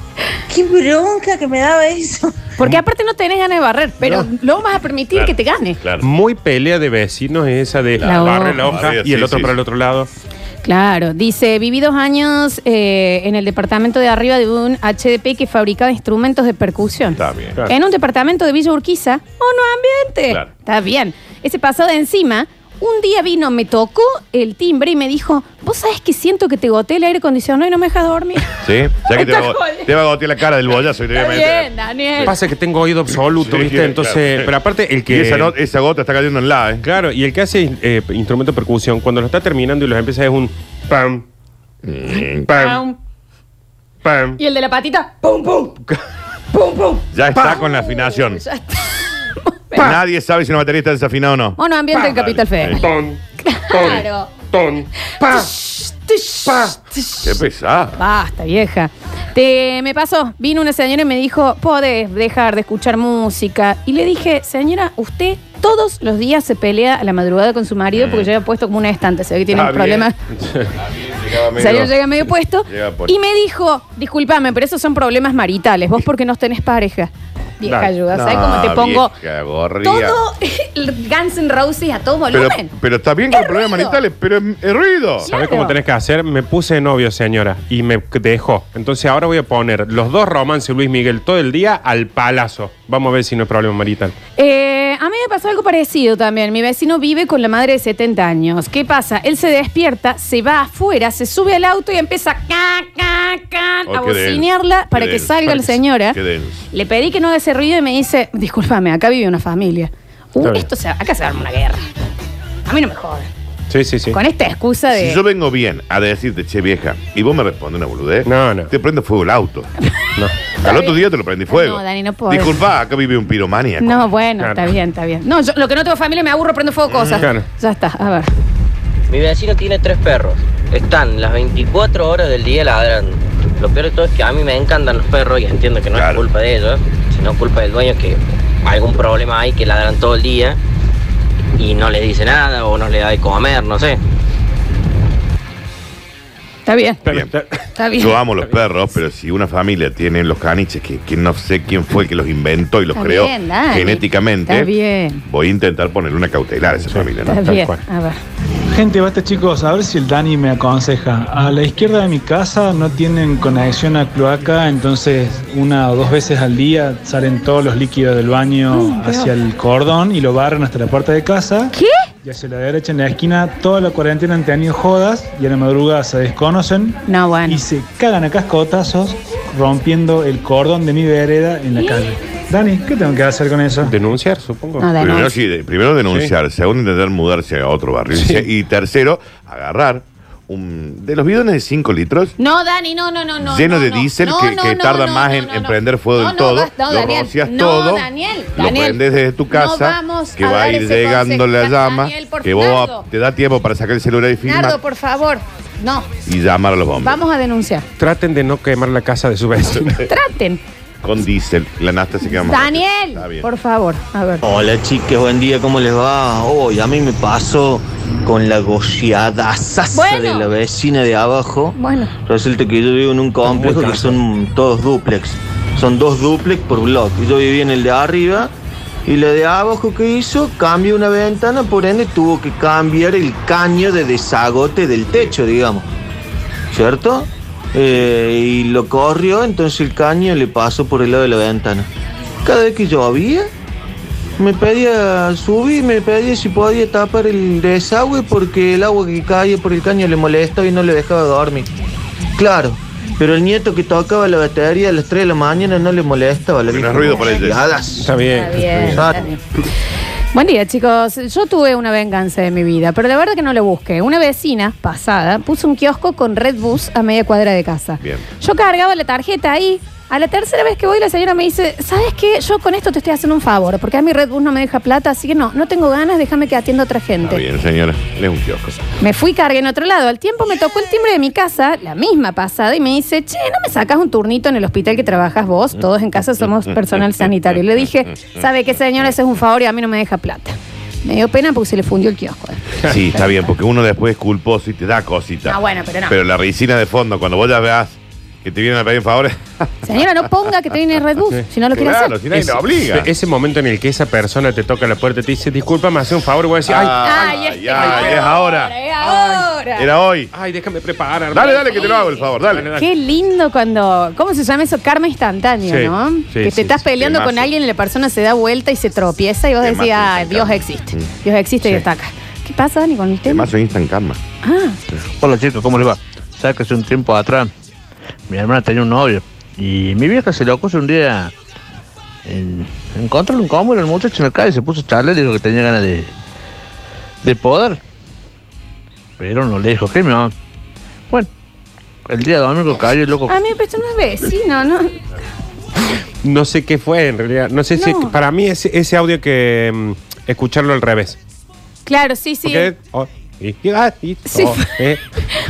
G: ¡Qué bronca que me daba eso!
B: Porque aparte no tenés ganas de barrer, pero
C: No.
B: lo vas a permitir
C: Claro,
B: que te gane.
C: Claro.
D: Muy pelea de vecinos es esa de
B: La
D: barre la
C: hoja.
D: hoja y el
C: Ah, Sí,
D: otro
C: sí, sí.
D: para el otro lado.
B: Claro, dice, viví dos años eh, en el departamento de arriba de un HDP que fabricaba instrumentos de percusión.
C: Está bien.
D: Claro.
B: En un departamento de Villa Urquiza, un ambiente.
C: Claro.
B: Está bien. Ese pasado de encima, un día vino, me tocó el timbre y me dijo, vos sabés que siento que te goté el aire acondicionado y no me dejas dormir.
C: Sí, ya que te
B: Está
C: va, a go-
B: jodido.
C: te va a gotear la cara del bollazo. y te voy a
B: Está
C: meter.
B: bien, Daniel.
D: Pasa que tengo oído absoluto,
C: Sí,
D: ¿viste?
C: claro.
D: Entonces, pero aparte el que...
C: Y esa, no- esa gota está cayendo en la, ¿eh?
D: Claro, y el que hace eh, instrumento de percusión, cuando lo está terminando y los empieza es un pam, pam, pam.
B: Y el de la patita, pum, pum. pum, pum.
C: Ya está con la afinación.
B: Ya está.
C: Nadie sabe si una batería está desafinada o no.
B: Mono ambiente del Capital Federal.
D: Ton,
B: Claro.
D: ton, pa.
C: Qué pesado.
B: Basta, vieja. Te, me pasó, vino una señora y me dijo, podés dejar de escuchar música. Y le dije, señora, usted todos los días se pelea a la madrugada con su marido porque lleva puesto como una estante, se ve que tiene un
C: Está Mm. Ah, bien.
B: problema. El señor llega medio puesto
C: Llega por-
B: y me dijo, discúlpame, pero esos son problemas maritales, vos porque no tenés pareja. Vieja
D: Dale.
B: ayuda, ¿sabes
C: No,
B: cómo te pongo
C: vieja gorría.
B: todo el Guns N' Roses a todo
C: Pero,
B: volumen?
C: pero está bien con
B: ¡Qué
C: los problemas
B: ruido!
C: maritales, pero es, es ruido.
D: ¿Sabes cómo tenés que hacer? Me puse de novio, señora, y me dejó. Entonces ahora voy a poner los dos romances Luis Miguel todo el día al palazo. Vamos a ver si no es problema marital.
B: Eh, a mí me pasó algo parecido también. Mi vecino vive con la madre de 70 años. ¿Qué pasa? Él se despierta, se va afuera, se sube al auto y empieza a, ca, ca, ca,
C: Oh,
B: a
C: qué denso,
B: bocinearla
C: qué
B: para que
C: denso,
B: salga ¿eh?
C: para
B: la
C: que-
B: señora.
C: qué denso.
B: Le pedí que no haga ese ruido y me dice, discúlpame, acá vive una familia. Uh,
D: Está bien.
B: esto se, acá se arma una guerra. A mí no me jodan.
D: Sí, sí, sí.
B: Con esta excusa de...
C: Si yo vengo bien a decirte, che vieja, y vos me respondes una boludez,
D: No, no.
C: te prendo fuego el auto.
D: No.
C: Al otro día te lo prendí fuego.
B: No, Dani, no podés.
C: Disculpa, acá vive un piromaníaco.
B: No, bueno,
D: Claro.
B: está bien, está bien. No, yo, lo que no tengo familia me aburro, prendo fuego cosas.
D: Claro.
B: Ya está, a ver.
H: Mi vecino tiene tres perros. Están las 24 horas del día ladrando. Lo peor de todo es que a mí me encantan los perros y entiendo que no
C: Claro.
H: es culpa de ellos, sino culpa del dueño que algún problema hay que ladran todo el día y no le dice nada o no le da de comer, no sé.
B: Está bien,
C: Bien.
B: está bien.
C: Yo amo los perros, pero si una familia tiene los caniches, que, que no sé quién fue el que los inventó y los
B: Está
C: creó
B: bien, Dani.
C: genéticamente,
B: Está bien.
C: voy a intentar poner una cautelar a esa familia. ¿no?
B: Está
D: tal
B: bien,
D: cual.
B: a ver.
I: Gente, basta chicos, a ver si el Dani me aconseja. A la izquierda de mi casa no tienen conexión a cloaca, entonces una o dos veces al día salen todos los líquidos del baño hacia el cordón y lo barren hasta la puerta de casa.
B: ¿Qué?
I: Y hacia la derecha en la esquina, toda la cuarentena han tenido jodas y a la madrugada se desconocen
B: No, bueno.
I: y se cagan a cascotazos rompiendo el cordón de mi vereda en la calle. Dani, ¿qué tengo que hacer con eso?
D: Denunciar, supongo.
B: No, de-
C: Primero,
B: Denuncia.
C: sí, de- primero denunciar, segundo intentar mudarse a otro barrio. Y tercero, agarrar un, de los bidones de 5 litros
B: No, Dani, no, no, no, no.
C: lleno
B: no,
C: de
B: no.
C: diésel
B: No,
C: que,
B: no,
C: que
B: no,
C: tarda
B: no,
C: más
B: no,
C: en,
B: no,
C: en
B: no.
C: prender fuego
B: No,
C: en
B: no,
C: todo,
B: basta, no,
C: lo
B: Daniel.
C: rocias
B: No,
C: todo,
B: Daniel,
C: lo
B: Daniel.
C: prendes desde tu
B: No
C: casa,
B: vamos
C: que
B: a
C: va a
B: dar
C: ir
B: ese
C: llegando la
B: consejo.
C: llama,
B: Daniel, por
C: que vos
B: Nardo.
C: te da tiempo para sacar el celular y filmar
B: Nardo, por favor. No,
C: y llamar a los bomberos.
B: vamos a denunciar.
D: Traten de no quemar la casa de su vecino.
B: Traten.
C: Con diésel, la nasta se queda más rápido. Está
B: Daniel,
C: bien.
B: por favor. A ver.
J: Hola chiques, buen día, ¿cómo les va? Hoy a mí me pasó con la goceada
B: Bueno.
J: de la vecina de abajo.
B: Bueno.
J: Resulta que yo vivo en un complejo
D: Muy
J: que son todos duplex. Son dos duplex por bloque. Yo viví en el de arriba y la de abajo que hizo cambió una ventana, por ende tuvo que cambiar el caño de desagote del techo, digamos. ¿Cierto? Eh, y lo corrió, entonces el caño le pasó por el lado de la ventana. Cada vez que llovía, me pedía subir, me pedía si podía tapar el desagüe porque el agua que caía por el caño le molestaba y no le dejaba dormir. Claro, pero el nieto que tocaba la batería a las 3 de la mañana no le molestaba. Le
C: es ruido por el techo.
J: Está
B: Está bien, está bien. Buen día, chicos. Yo tuve una venganza de mi vida, pero la verdad que no la busqué. Una vecina pasada puso un kiosco con Red Bus a media cuadra de casa.
C: Bien.
B: Yo cargaba la tarjeta ahí. A la tercera vez que voy, la señora me dice, ¿sabes qué? Yo con esto te estoy haciendo un favor, porque a mi Red Bus no me deja plata, así que no, no tengo ganas, déjame que atienda a otra gente.
C: Está bien, señora. Es un kiosco.
B: Me fui, cargué en otro lado. Al tiempo me tocó el timbre de mi casa, la misma pasada, y me dice, che, ¿no me sacas un turnito en el hospital que trabajas vos? Todos en casa somos personal sanitario. Le dije, ¿sabe qué, señora? Ese es un favor y a mí no me deja plata. Me dio pena porque se le fundió el kiosco.
C: Sí, está bien, porque uno después es culposo y te da cositas.
B: Ah, bueno, pero no.
C: Pero la ricina de fondo, cuando vos la veas que te vienen a pedir favores,
B: Señora, no ponga que te viene Red Bus, si no lo quiere
C: claro,
B: hacer.
C: si nadie
D: Ese-
C: lo obliga.
D: Ese momento en el que esa persona te toca la puerta y te dice, disculpa, me hace un favor, voy a decir,
C: Ah.
D: ay,
B: Ay,
C: ay,
B: este
C: ay, es ahora.
B: Es ahora.
C: Era hoy.
D: ay, déjame preparar.
C: Dale, dale, que te lo hago el favor, dale.
B: Qué lindo cuando. ¿Cómo se llama eso? Karma instantáneo,
D: Sí,
B: ¿no?
D: sí,
B: que te
D: sí,
B: estás
D: sí,
B: peleando
C: temazo.
B: con alguien y la persona se da vuelta y se tropieza y vos
C: Temazo
B: decís, ah,
C: instantáneo.
B: Dios existe. Dios existe y
D: Sí.
B: está acá. ¿Qué pasa, Dani, con el tema?
C: Además, en Instant Karma.
B: Ah,
J: Hola chicos, ¿cómo les va? Sabes que hace un tiempo atrás mi hermana tenía un novio y mi vieja se le ocurre un día en, encontrarle un cómodo al muchacho en la calle, se puso a charlar y dijo que tenía ganas de, de poder. Pero no le dijo que mi mamá. Bueno, el día domingo cayó el loco.
B: a mí me parece unos vecinos, ¿no?
D: No sé qué fue en realidad. No sé si
B: No.
D: para mí ese, ese audio que mm, escucharlo al revés.
B: Claro, sí, sí.
D: Porque- oh, y- y- ah, y-
B: Sí,
D: oh, eh,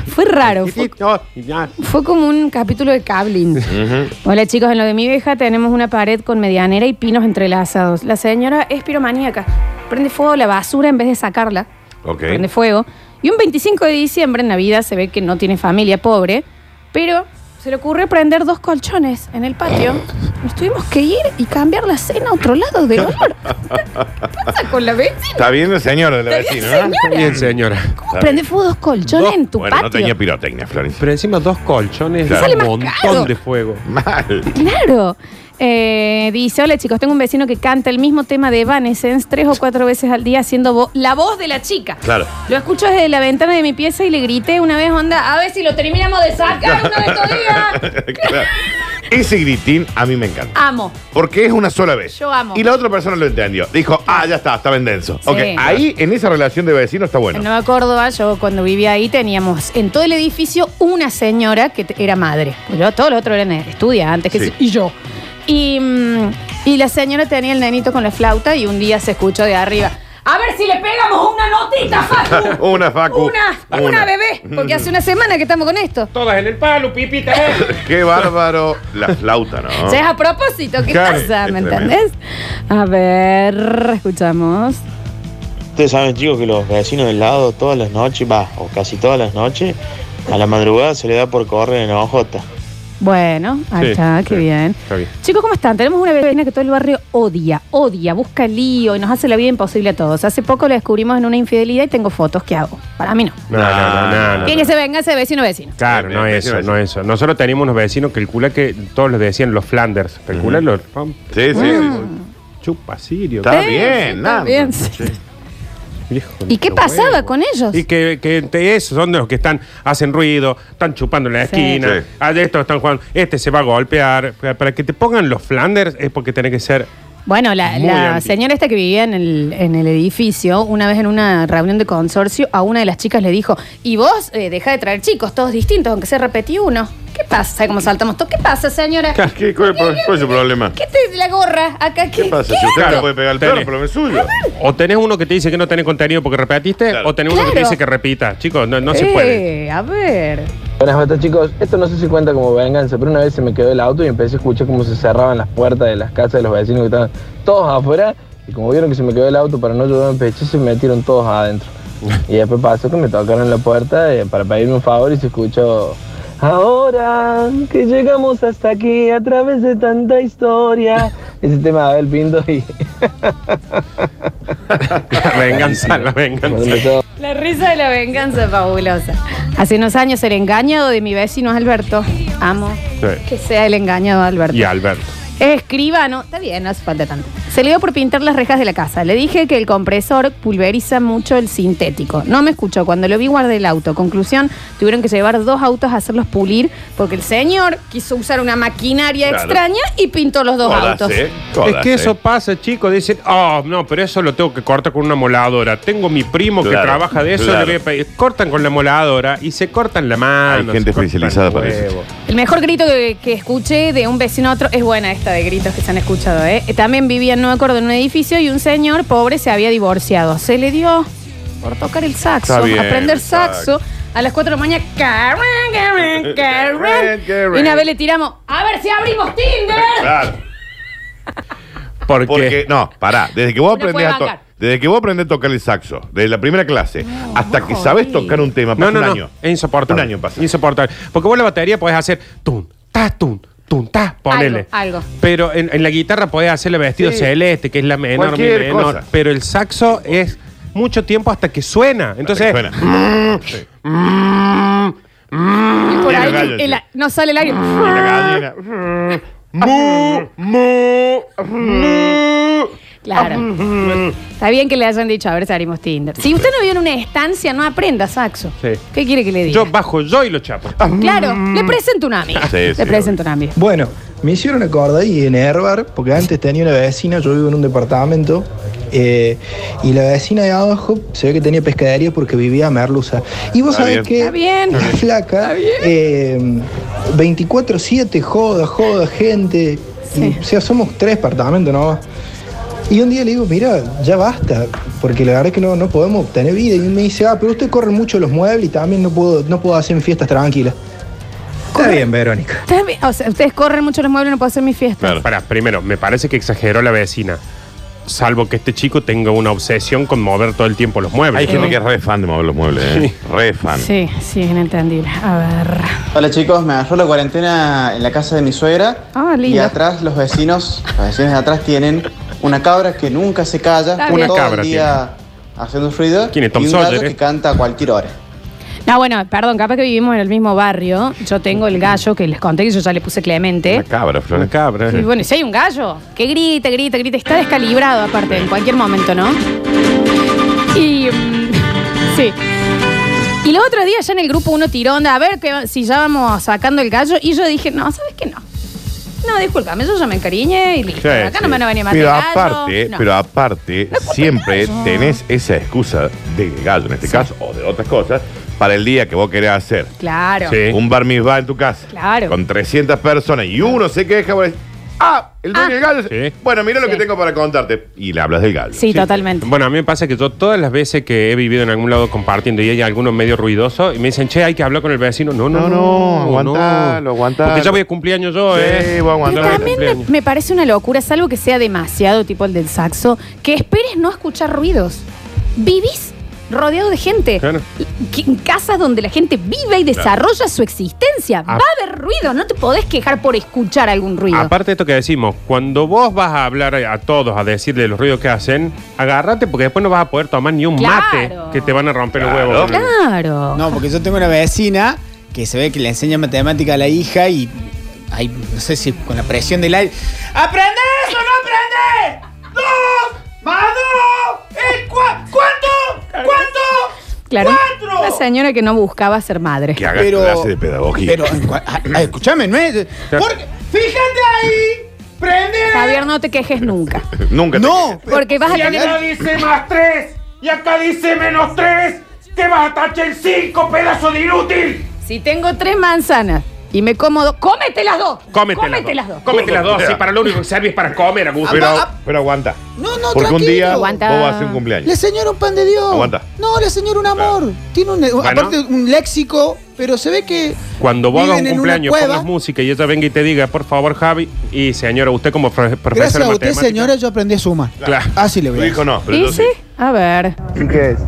B: Fue raro.
D: y-
B: Fue,
D: y- oh, y- ah.
B: fue como un capítulo de Cablin. Hola chicos, en lo de mi vieja tenemos una pared con medianera y pinos entrelazados. La señora es piromaníaca. Prende fuego la basura en vez de sacarla.
C: Ok.
B: prende fuego. Y un 25 de diciembre, en Navidad, se ve que no tiene familia pobre, pero se le ocurre prender dos colchones en el patio. Nos tuvimos que ir y cambiar la cena a otro lado del olor. ¿Qué pasa con la vecina?
C: Está bien el ¿eh? señor de la
B: Está bien,
C: vecina, ¿no?
B: señora.
D: Bien, señora.
B: ¿Cómo prende fuego dos colchones
D: Dos-
B: en tu
C: Bueno,
B: patio?
C: no tenía pirotecnia, Florencia.
D: Pero encima dos colchones,
C: Claro.
B: Sale
D: un
B: más
D: montón
B: caro.
D: de fuego.
C: Mal.
B: Claro. Eh, dice, hola chicos, tengo un vecino que canta el mismo tema de Evanescence tres o cuatro veces al día haciendo vo- la voz de la chica.
C: Claro.
B: Lo escucho desde la ventana de mi pieza y le grité una vez, onda, a ver si lo terminamos de sacar una vez todavía.
C: Claro. Ese gritín a mí me encanta.
B: Amo.
C: Porque es una sola vez.
B: Yo amo.
C: Y la otra persona lo entendió. Dijo, ah, ya está, estaba en denso.
B: Sí.
C: Ok, ahí en esa relación de vecino está bueno.
B: En Nueva Córdoba, yo cuando vivía ahí teníamos en todo el edificio una señora que te- era madre. Pues Yo, todo lo otro eran estudiantes que
C: Sí.
B: sí, y yo. Y, mm, y la señora tenía el nenito con la flauta y un día se escuchó de arriba. A ver si le pegamos una notita, Facu.
C: Una, Facu.
B: Una, una,
C: Una.
B: bebé. Porque hace una semana que estamos con esto.
D: Todas en el palo, pipita. eh.
C: Qué bárbaro la flauta, ¿no?
B: O sea, es a propósito, ¿qué
C: Claro,
B: pasa?
C: es
B: ¿Me
C: tremendo.
B: entendés? A ver, escuchamos.
J: Ustedes saben, chicos, que los vecinos del lado todas las noches, va, o casi todas las noches, a la madrugada se le da por correr en ojota.
B: Bueno, ahí
D: Sí,
B: Ah, está, qué
D: sí.
B: bien.
D: Está bien.
B: Chicos, ¿cómo están? Tenemos una vecina que todo el barrio odia, odia, busca lío y nos hace la vida imposible a todos. Hace poco la descubrimos en una infidelidad y tengo fotos. ¿Qué hago? Para mí no.
D: No, no, no, no, no.
B: ¿Quién que se venga ese vecino vecino?
D: Claro, no
C: Bien,
D: es eso,
C: bien,
D: no es eso. Nosotros teníamos unos vecinos, calcula que todos los decían los Flanders. Calcula los pam,
C: Sí, sí, sí.
D: chupa sirio.
B: Eh, Mm.
C: Está
B: sí,
C: bien,
B: está
C: nada.
B: bien, sí. ¿Y qué pasaba con ellos?
D: Y que, que te- esos son los que están, hacen ruido, están chupando en la
B: Sí.
D: esquina,
C: Sí.
D: a de estos están jugando, este se va a golpear. Para- Para que te pongan los Flanders es porque tenés que ser.
B: Bueno, la,
D: Muy
B: la
D: anti.
B: señora esta que vivía en el, en el edificio, una vez en una reunión de consorcio, a una de las chicas le dijo, y vos eh, deja de traer chicos, todos distintos, aunque se repetió uno. ¿Qué pasa? ¿Sabe cómo saltamos todos? ¿Qué pasa, señora?
C: ¿Qué, cuál, cuál es su problema?
B: ¿Qué te la gorra acá? ¿Qué,
C: ¿Qué pasa?
B: qué
C: Si usted
B: hago?
C: no puede pegar el
D: Tenés.
C: perro, pero es suyo.
D: O tenés uno que te dice que no tenés contenido porque repetiste,
C: Claro.
D: o tenés uno que te
B: Claro.
D: dice que repita. Chicos, no, no se
B: Eh,
D: puede.
B: A ver.
K: Buenas noches chicos, esto no sé si cuenta como venganza, pero una vez se me quedó el auto y empecé a escuchar cómo se cerraban las puertas de las casas de los vecinos que estaban todos afuera y como vieron que se me quedó el auto para no llorar en pecho se metieron todos adentro. Y después pasó que me tocaron la puerta eh, para pedirme un favor y se escuchó, Ahora que llegamos hasta aquí a través de tanta historia. Ese tema de Abel Pinto y.
D: La venganza, la venganza.
B: La risa de la venganza es fabulosa. Hace unos años el engañado de mi vecino Alberto. Amo que sea el engañado de Alberto.
D: Y Alberto.
B: Escribano, está bien, no hace falta tanto. Se le dio por pintar las rejas de la casa. Le dije que el compresor pulveriza mucho el sintético. No me escuchó. Cuando lo vi, guardé el auto. Conclusión, tuvieron que llevar dos autos a hacerlos pulir porque el señor quiso usar una maquinaria
D: Claro.
B: extraña y pintó los dos autos.
C: ¿eh?
D: es que eso pasa, chicos. Dicen, oh, no, pero eso lo tengo que cortar con una moladora. Tengo mi primo que
C: Claro,
D: trabaja de eso.
C: claro.
D: le voy a pedir". Cortan con la moladora y se cortan la mano.
C: Hay gente
D: se cortan
C: especializada
D: el
C: para eso.
D: huevo.
B: El mejor grito que, que escuché de un vecino a otro es buena esta de gritos que se han escuchado, ¿eh? También vivía en Nueva Córdoba en un edificio y un señor pobre se había divorciado. Se le dio por tocar el saxo,
L: Está bien,
B: aprender saxo.
L: exacto.
B: A las 4 de la mañana, Karen, Karen, Karen.
C: Karen.
B: Y una vez le tiramos, a ver si abrimos Tinder.
C: Claro. Porque... no, pará. Desde que vos
B: Uno puede
C: aprendés a to-
B: bancar.
C: desde que vos aprendés a tocar el saxo, desde la primera clase, hasta que sabes tocar un tema, pasa
D: No, no,
C: un
D: no.
C: año.
D: Es insoportable.
C: Un año pasa.
D: Insoportable. Porque vos la batería podés hacer tun, ta, tun, tun, ta, ponele.
B: Algo, algo.
D: Pero en, en la guitarra podés hacerle vestido
C: Sí.
D: celeste, que es la menor, mi
C: Cualquier
D: menor.
C: cosa.
D: Pero el saxo es mucho tiempo hasta que suena. Entonces.
C: Sí.
B: Y por
D: Y el
B: ahí
D: gallo,
B: el- no sale el aire.
D: Mu, mu, mu.
B: Claro. Está bien que le hayan dicho, a ver si abrimos Tinder. Si usted no vive en una estancia, no aprenda saxo.
D: Sí.
B: ¿Qué quiere que le diga?
D: Yo bajo yo y lo chapo.
C: Ah,
B: Claro, le presento una amiga.
D: Sí,
B: le
D: sí,
B: presento una amiga.
M: Bueno, me hicieron acordar y en Herbar, porque antes tenía una vecina, yo vivo en un departamento, eh, y la vecina de abajo se ve que tenía pescadería porque vivía a merluza. Y vos
L: Está
M: sabés
L: bien.
M: que
L: Está bien.
M: la flaca, eh, 24-7, joda, joda, gente. y, o sea, somos tres departamentos nomás. Y un día le digo, mira, ya basta, porque la verdad es que no, no podemos obtener vida. Y me dice, ah, pero usted corre mucho los muebles y también no puedo, no puedo hacer fiestas tranquilas. Está bien, Verónica.
B: Está bien, O sea, ustedes corren mucho los muebles, no puedo hacer mi fiesta.
D: Pará, primero, me parece que exageró la vecina. Salvo que este chico tenga una obsesión con mover todo el tiempo los muebles.
C: Hay gente
D: ¿no?
C: que es re fan de mover los muebles, ¿eh? Re fan.
B: Sí, sí, es inentendible. A ver.
N: Hola chicos, me agarró la cuarentena en la casa de mi suegra.
B: Ah,
N: Y
B: lindo.
N: atrás los vecinos, los vecinos de atrás tienen una cabra que nunca se calla,
B: Está
N: una
B: bien.
N: todo
D: cabra
N: el día haciendo ruido
D: ¿Quién es Tom
N: y un
D: Sawyer,
N: gallo
D: eh?
N: que canta a cualquier hora.
B: No, bueno, perdón, capaz que vivimos en el mismo barrio. Yo tengo el gallo que les conté que yo ya le puse Clemente.
C: Cabra, Flor.
D: Una cabra.
B: Y bueno, y si hay un gallo que grita, grita, grita, está descalibrado aparte en cualquier momento, ¿no? Y. mm, sí. Y los otros días ya en el grupo uno tiró onda, a ver que, si ya vamos sacando el gallo. Y yo dije, no, ¿sabes qué? No. No, discúlpame, yo ya me encariñé y listo.
C: Sí,
B: Acá
C: sí.
B: no me van a venir más
C: Pero
B: regalos,
C: aparte,
B: no.
C: pero aparte, siempre tenés esa excusa del gallo en este caso, o de otras cosas, para el día que vos querés hacer.
B: Claro.
C: Un bar mitzvah en tu casa.
B: Claro.
C: Con 300 personas y uno se queja por Ah, el dueño del gallo. Bueno, mira lo que tengo para contarte. Y le hablas del gallo.
B: Sí, totalmente.
D: Bueno, a mí me pasa que yo todas las veces que he vivido en algún lado compartiendo y hay algunos medio ruidoso y me dicen, che, hay que hablar con el vecino. No, no, no,
C: No, no, aguantalo, aguantalo.
D: Porque ya voy a cumplir años yo,
C: Sí,
D: ¿eh?
C: voy a
D: aguantar.
B: También me, me parece una locura, salvo que sea demasiado tipo el del saxo, que esperes no escuchar ruidos. Vivís rodeado de gente.
D: Claro.
B: Que- En casas donde la gente vive y desarrolla su existencia.
D: Ah.
B: Va a haber ruido, no te podés quejar por escuchar algún ruido.
D: Aparte de esto que decimos, cuando vos vas a hablar a todos, a decirle los ruidos que hacen, agárrate porque después no vas a poder tomar ni un
B: Claro.
D: mate que te van a romper los huevos.
B: Claro.
E: No, porque yo tengo una vecina que se ve que le enseña matemática a la hija y. Ay, no sé si con la presión del aire.
L: ¿Aprende eso no aprende? ¡Dos! ¡Más dos! ¿Eh, cua- ¿Cuánto? ¿Cuánto?
B: Claro.
L: ¡Cuatro!
B: Una señora que no buscaba ser madre.
C: Que haga clase de pedagogía.
E: Pero, en cua- ah, ah, escúchame, no es. Porque-
L: Fíjate ahí. Prende.
B: Javier, no te quejes nunca.
C: Nunca te
E: No,
B: Porque vas a
L: Y acá
B: tener.
L: dice más tres. Y acá dice menos tres. Te vas a tachar el cinco, pedazo de inútil.
B: Si tengo tres manzanas y me como dos, cómete las dos.
D: Cómete,
B: Cómete
D: las
B: las
D: dos.
B: dos.
D: Cómete las dos,
C: Mira.
D: sí, para lo único que sirve es para comer, Augusto.
C: Pero, pero aguanta.
E: Ah, No, no,
C: Porque un
E: tranquilo.
C: día
E: Aguanta.
C: vos vas a hacer un cumpleaños.
E: La señora un pan de Dios.
C: Aguanta.
E: No, la señora un amor. Tiene un, aparte un léxico, pero se ve que.
D: Cuando vos hagas un
E: viven en una
D: cumpleaños,
E: cueva.
D: pongas música y ella venga y te diga, por favor, Javi, y señora, usted como profe- profesor
E: Gracias
D: de
E: a usted,
D: matemáticas.
E: señora, yo aprendí a sumar.
D: Claro.
E: Así le voy a
C: no,
E: pero
B: ¿Y
E: yo
B: sí? A ver.
O: Chiques,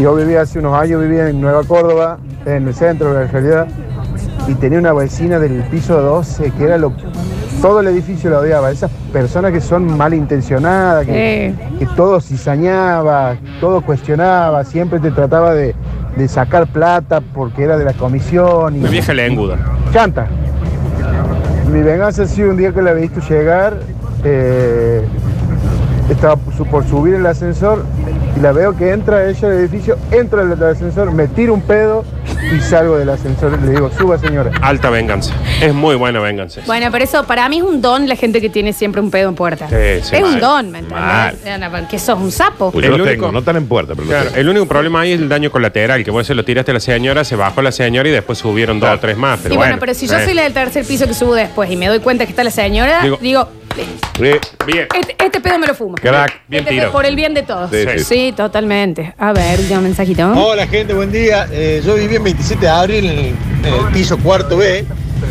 O: yo vivía hace unos años, vivía en Nueva Córdoba, en el centro de la realidad.
J: y tenía una vecina del piso 12 que era lo. Todo el edificio la odiaba. Esas personas que son malintencionadas,
B: Eh.
J: que, que todo cizañaba, todo cuestionaba, siempre te trataba de, de sacar plata porque era de la comisión. Y,
D: Mi vieja lenguda.
J: Chanta. Mi venganza ha sido un día que la he visto llegar, eh, estaba por su- por subir el ascensor y la veo que entra ella al edificio, entra al al ascensor, me tira un pedo y salgo del ascensor y le digo,
D: pues,
J: suba señora.
D: Alta venganza. Es muy buena venganza.
B: Bueno, pero eso para mí es un don la gente que tiene siempre un pedo en puerta.
D: Sí, sí,
B: es un
D: mal.
B: don, ¿me
D: Mal.
B: entiendes? Que sos un sapo.
C: Pues
D: Uy, yo lo tengo, no
C: tan en puerta, pero
D: Claro, el único problema ahí es el daño colateral, que vos se lo tiraste a la señora, se bajó la señora y después subieron dos o tres más. Pero
B: y bueno,
D: bueno,
B: pero si yo
D: eh.
B: soy la del tercer piso que subo después y me doy cuenta que está la señora, digo,
D: Digo-
C: Bien.
B: este, este pedo me lo fumo.
C: Crack.
B: Este
C: Bien
B: pe-
C: tirado.
B: Por el bien de todos.
C: Sí,
B: Sí,
C: sí.
B: totalmente. A ver, último mensajito.
D: Oh.
E: Hola gente, buen día. Eh, yo viví en 27 de abril en el, en el piso cuarto B,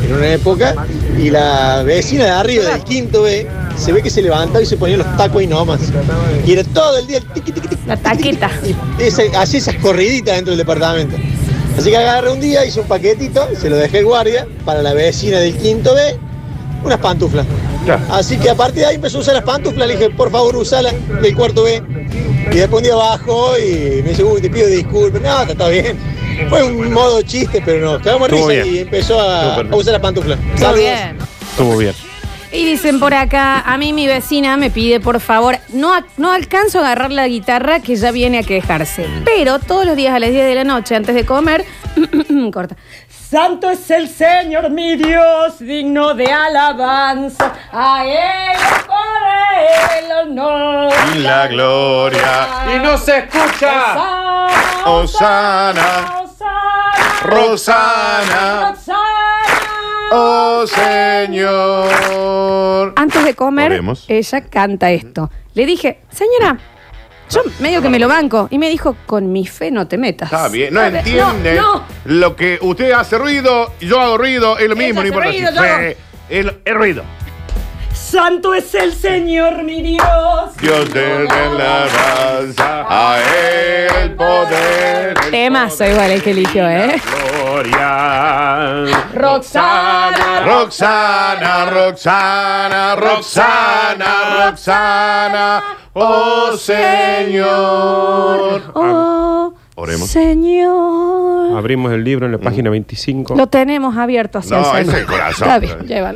E: en una época, y la vecina de arriba del quinto B se ve que se levantaba y se ponía los tacos ahí nomás. Y era todo el día el tiqui, tiqui, tiqui,
B: La taquita.
E: y ese- hacía esas corriditas dentro del departamento. Así que agarré un día, hice un paquetito, se lo dejé el guardia para la vecina del quinto B, unas pantuflas. Así que a partir de ahí empezó a usar las pantuflas, le dije, por favor, usala del cuarto B. Y después un día bajo y me dice, uy, te pido disculpas. No, está, está bien. Fue un modo chiste, pero nos quedamos en
D: Estuvo
E: risa
D: bien.
E: y empezó a,
D: Estuvo
E: a usar las pantuflas.
B: Todo
E: Saludos.
B: bien.
D: Estuvo bien.
B: Y dicen por acá, a mí mi vecina me pide, por favor, no, a- no alcanzo a agarrar la guitarra que ya viene a quejarse.
C: Mm.
B: Pero todos los días a las 10 de la noche, antes de comer, corta. Santo es el Señor, mi Dios, digno de alabanza. A él corre el honor.
C: Y la gloria.
D: Y no se escucha.
C: Osana. Rosana. Oh Señor.
B: Antes de comer,
C: Oremos.
B: ella canta esto. Le dije, señora, yo medio que me lo banco. Y me dijo, con mi fe no te metas.
C: Está bien, no
B: A ver,
C: entiende
B: No, no.
C: lo que usted hace ruido, yo hago ruido, es lo mismo, no
B: hace
C: importa
B: ruido,
C: si
B: yo
C: fue-
B: hago-
C: el, el ruido.
B: Santo es el Señor, mi Dios.
C: Dios de la alabanza, a él poder,
B: Temazo igual el que eligió, ¿eh?
C: gloria.
B: Roxana.
C: Roxana, Roxana, Roxana, Roxana, oh Señor.
B: Oh,
D: Ah, Oremos.
B: Señor.
D: Abrimos el libro en la página 25.
B: Lo tenemos abierto hacia
D: Ah. No,
B: el
D: ese
B: Señor.
D: es el corazón.
B: Está bien, llévalo.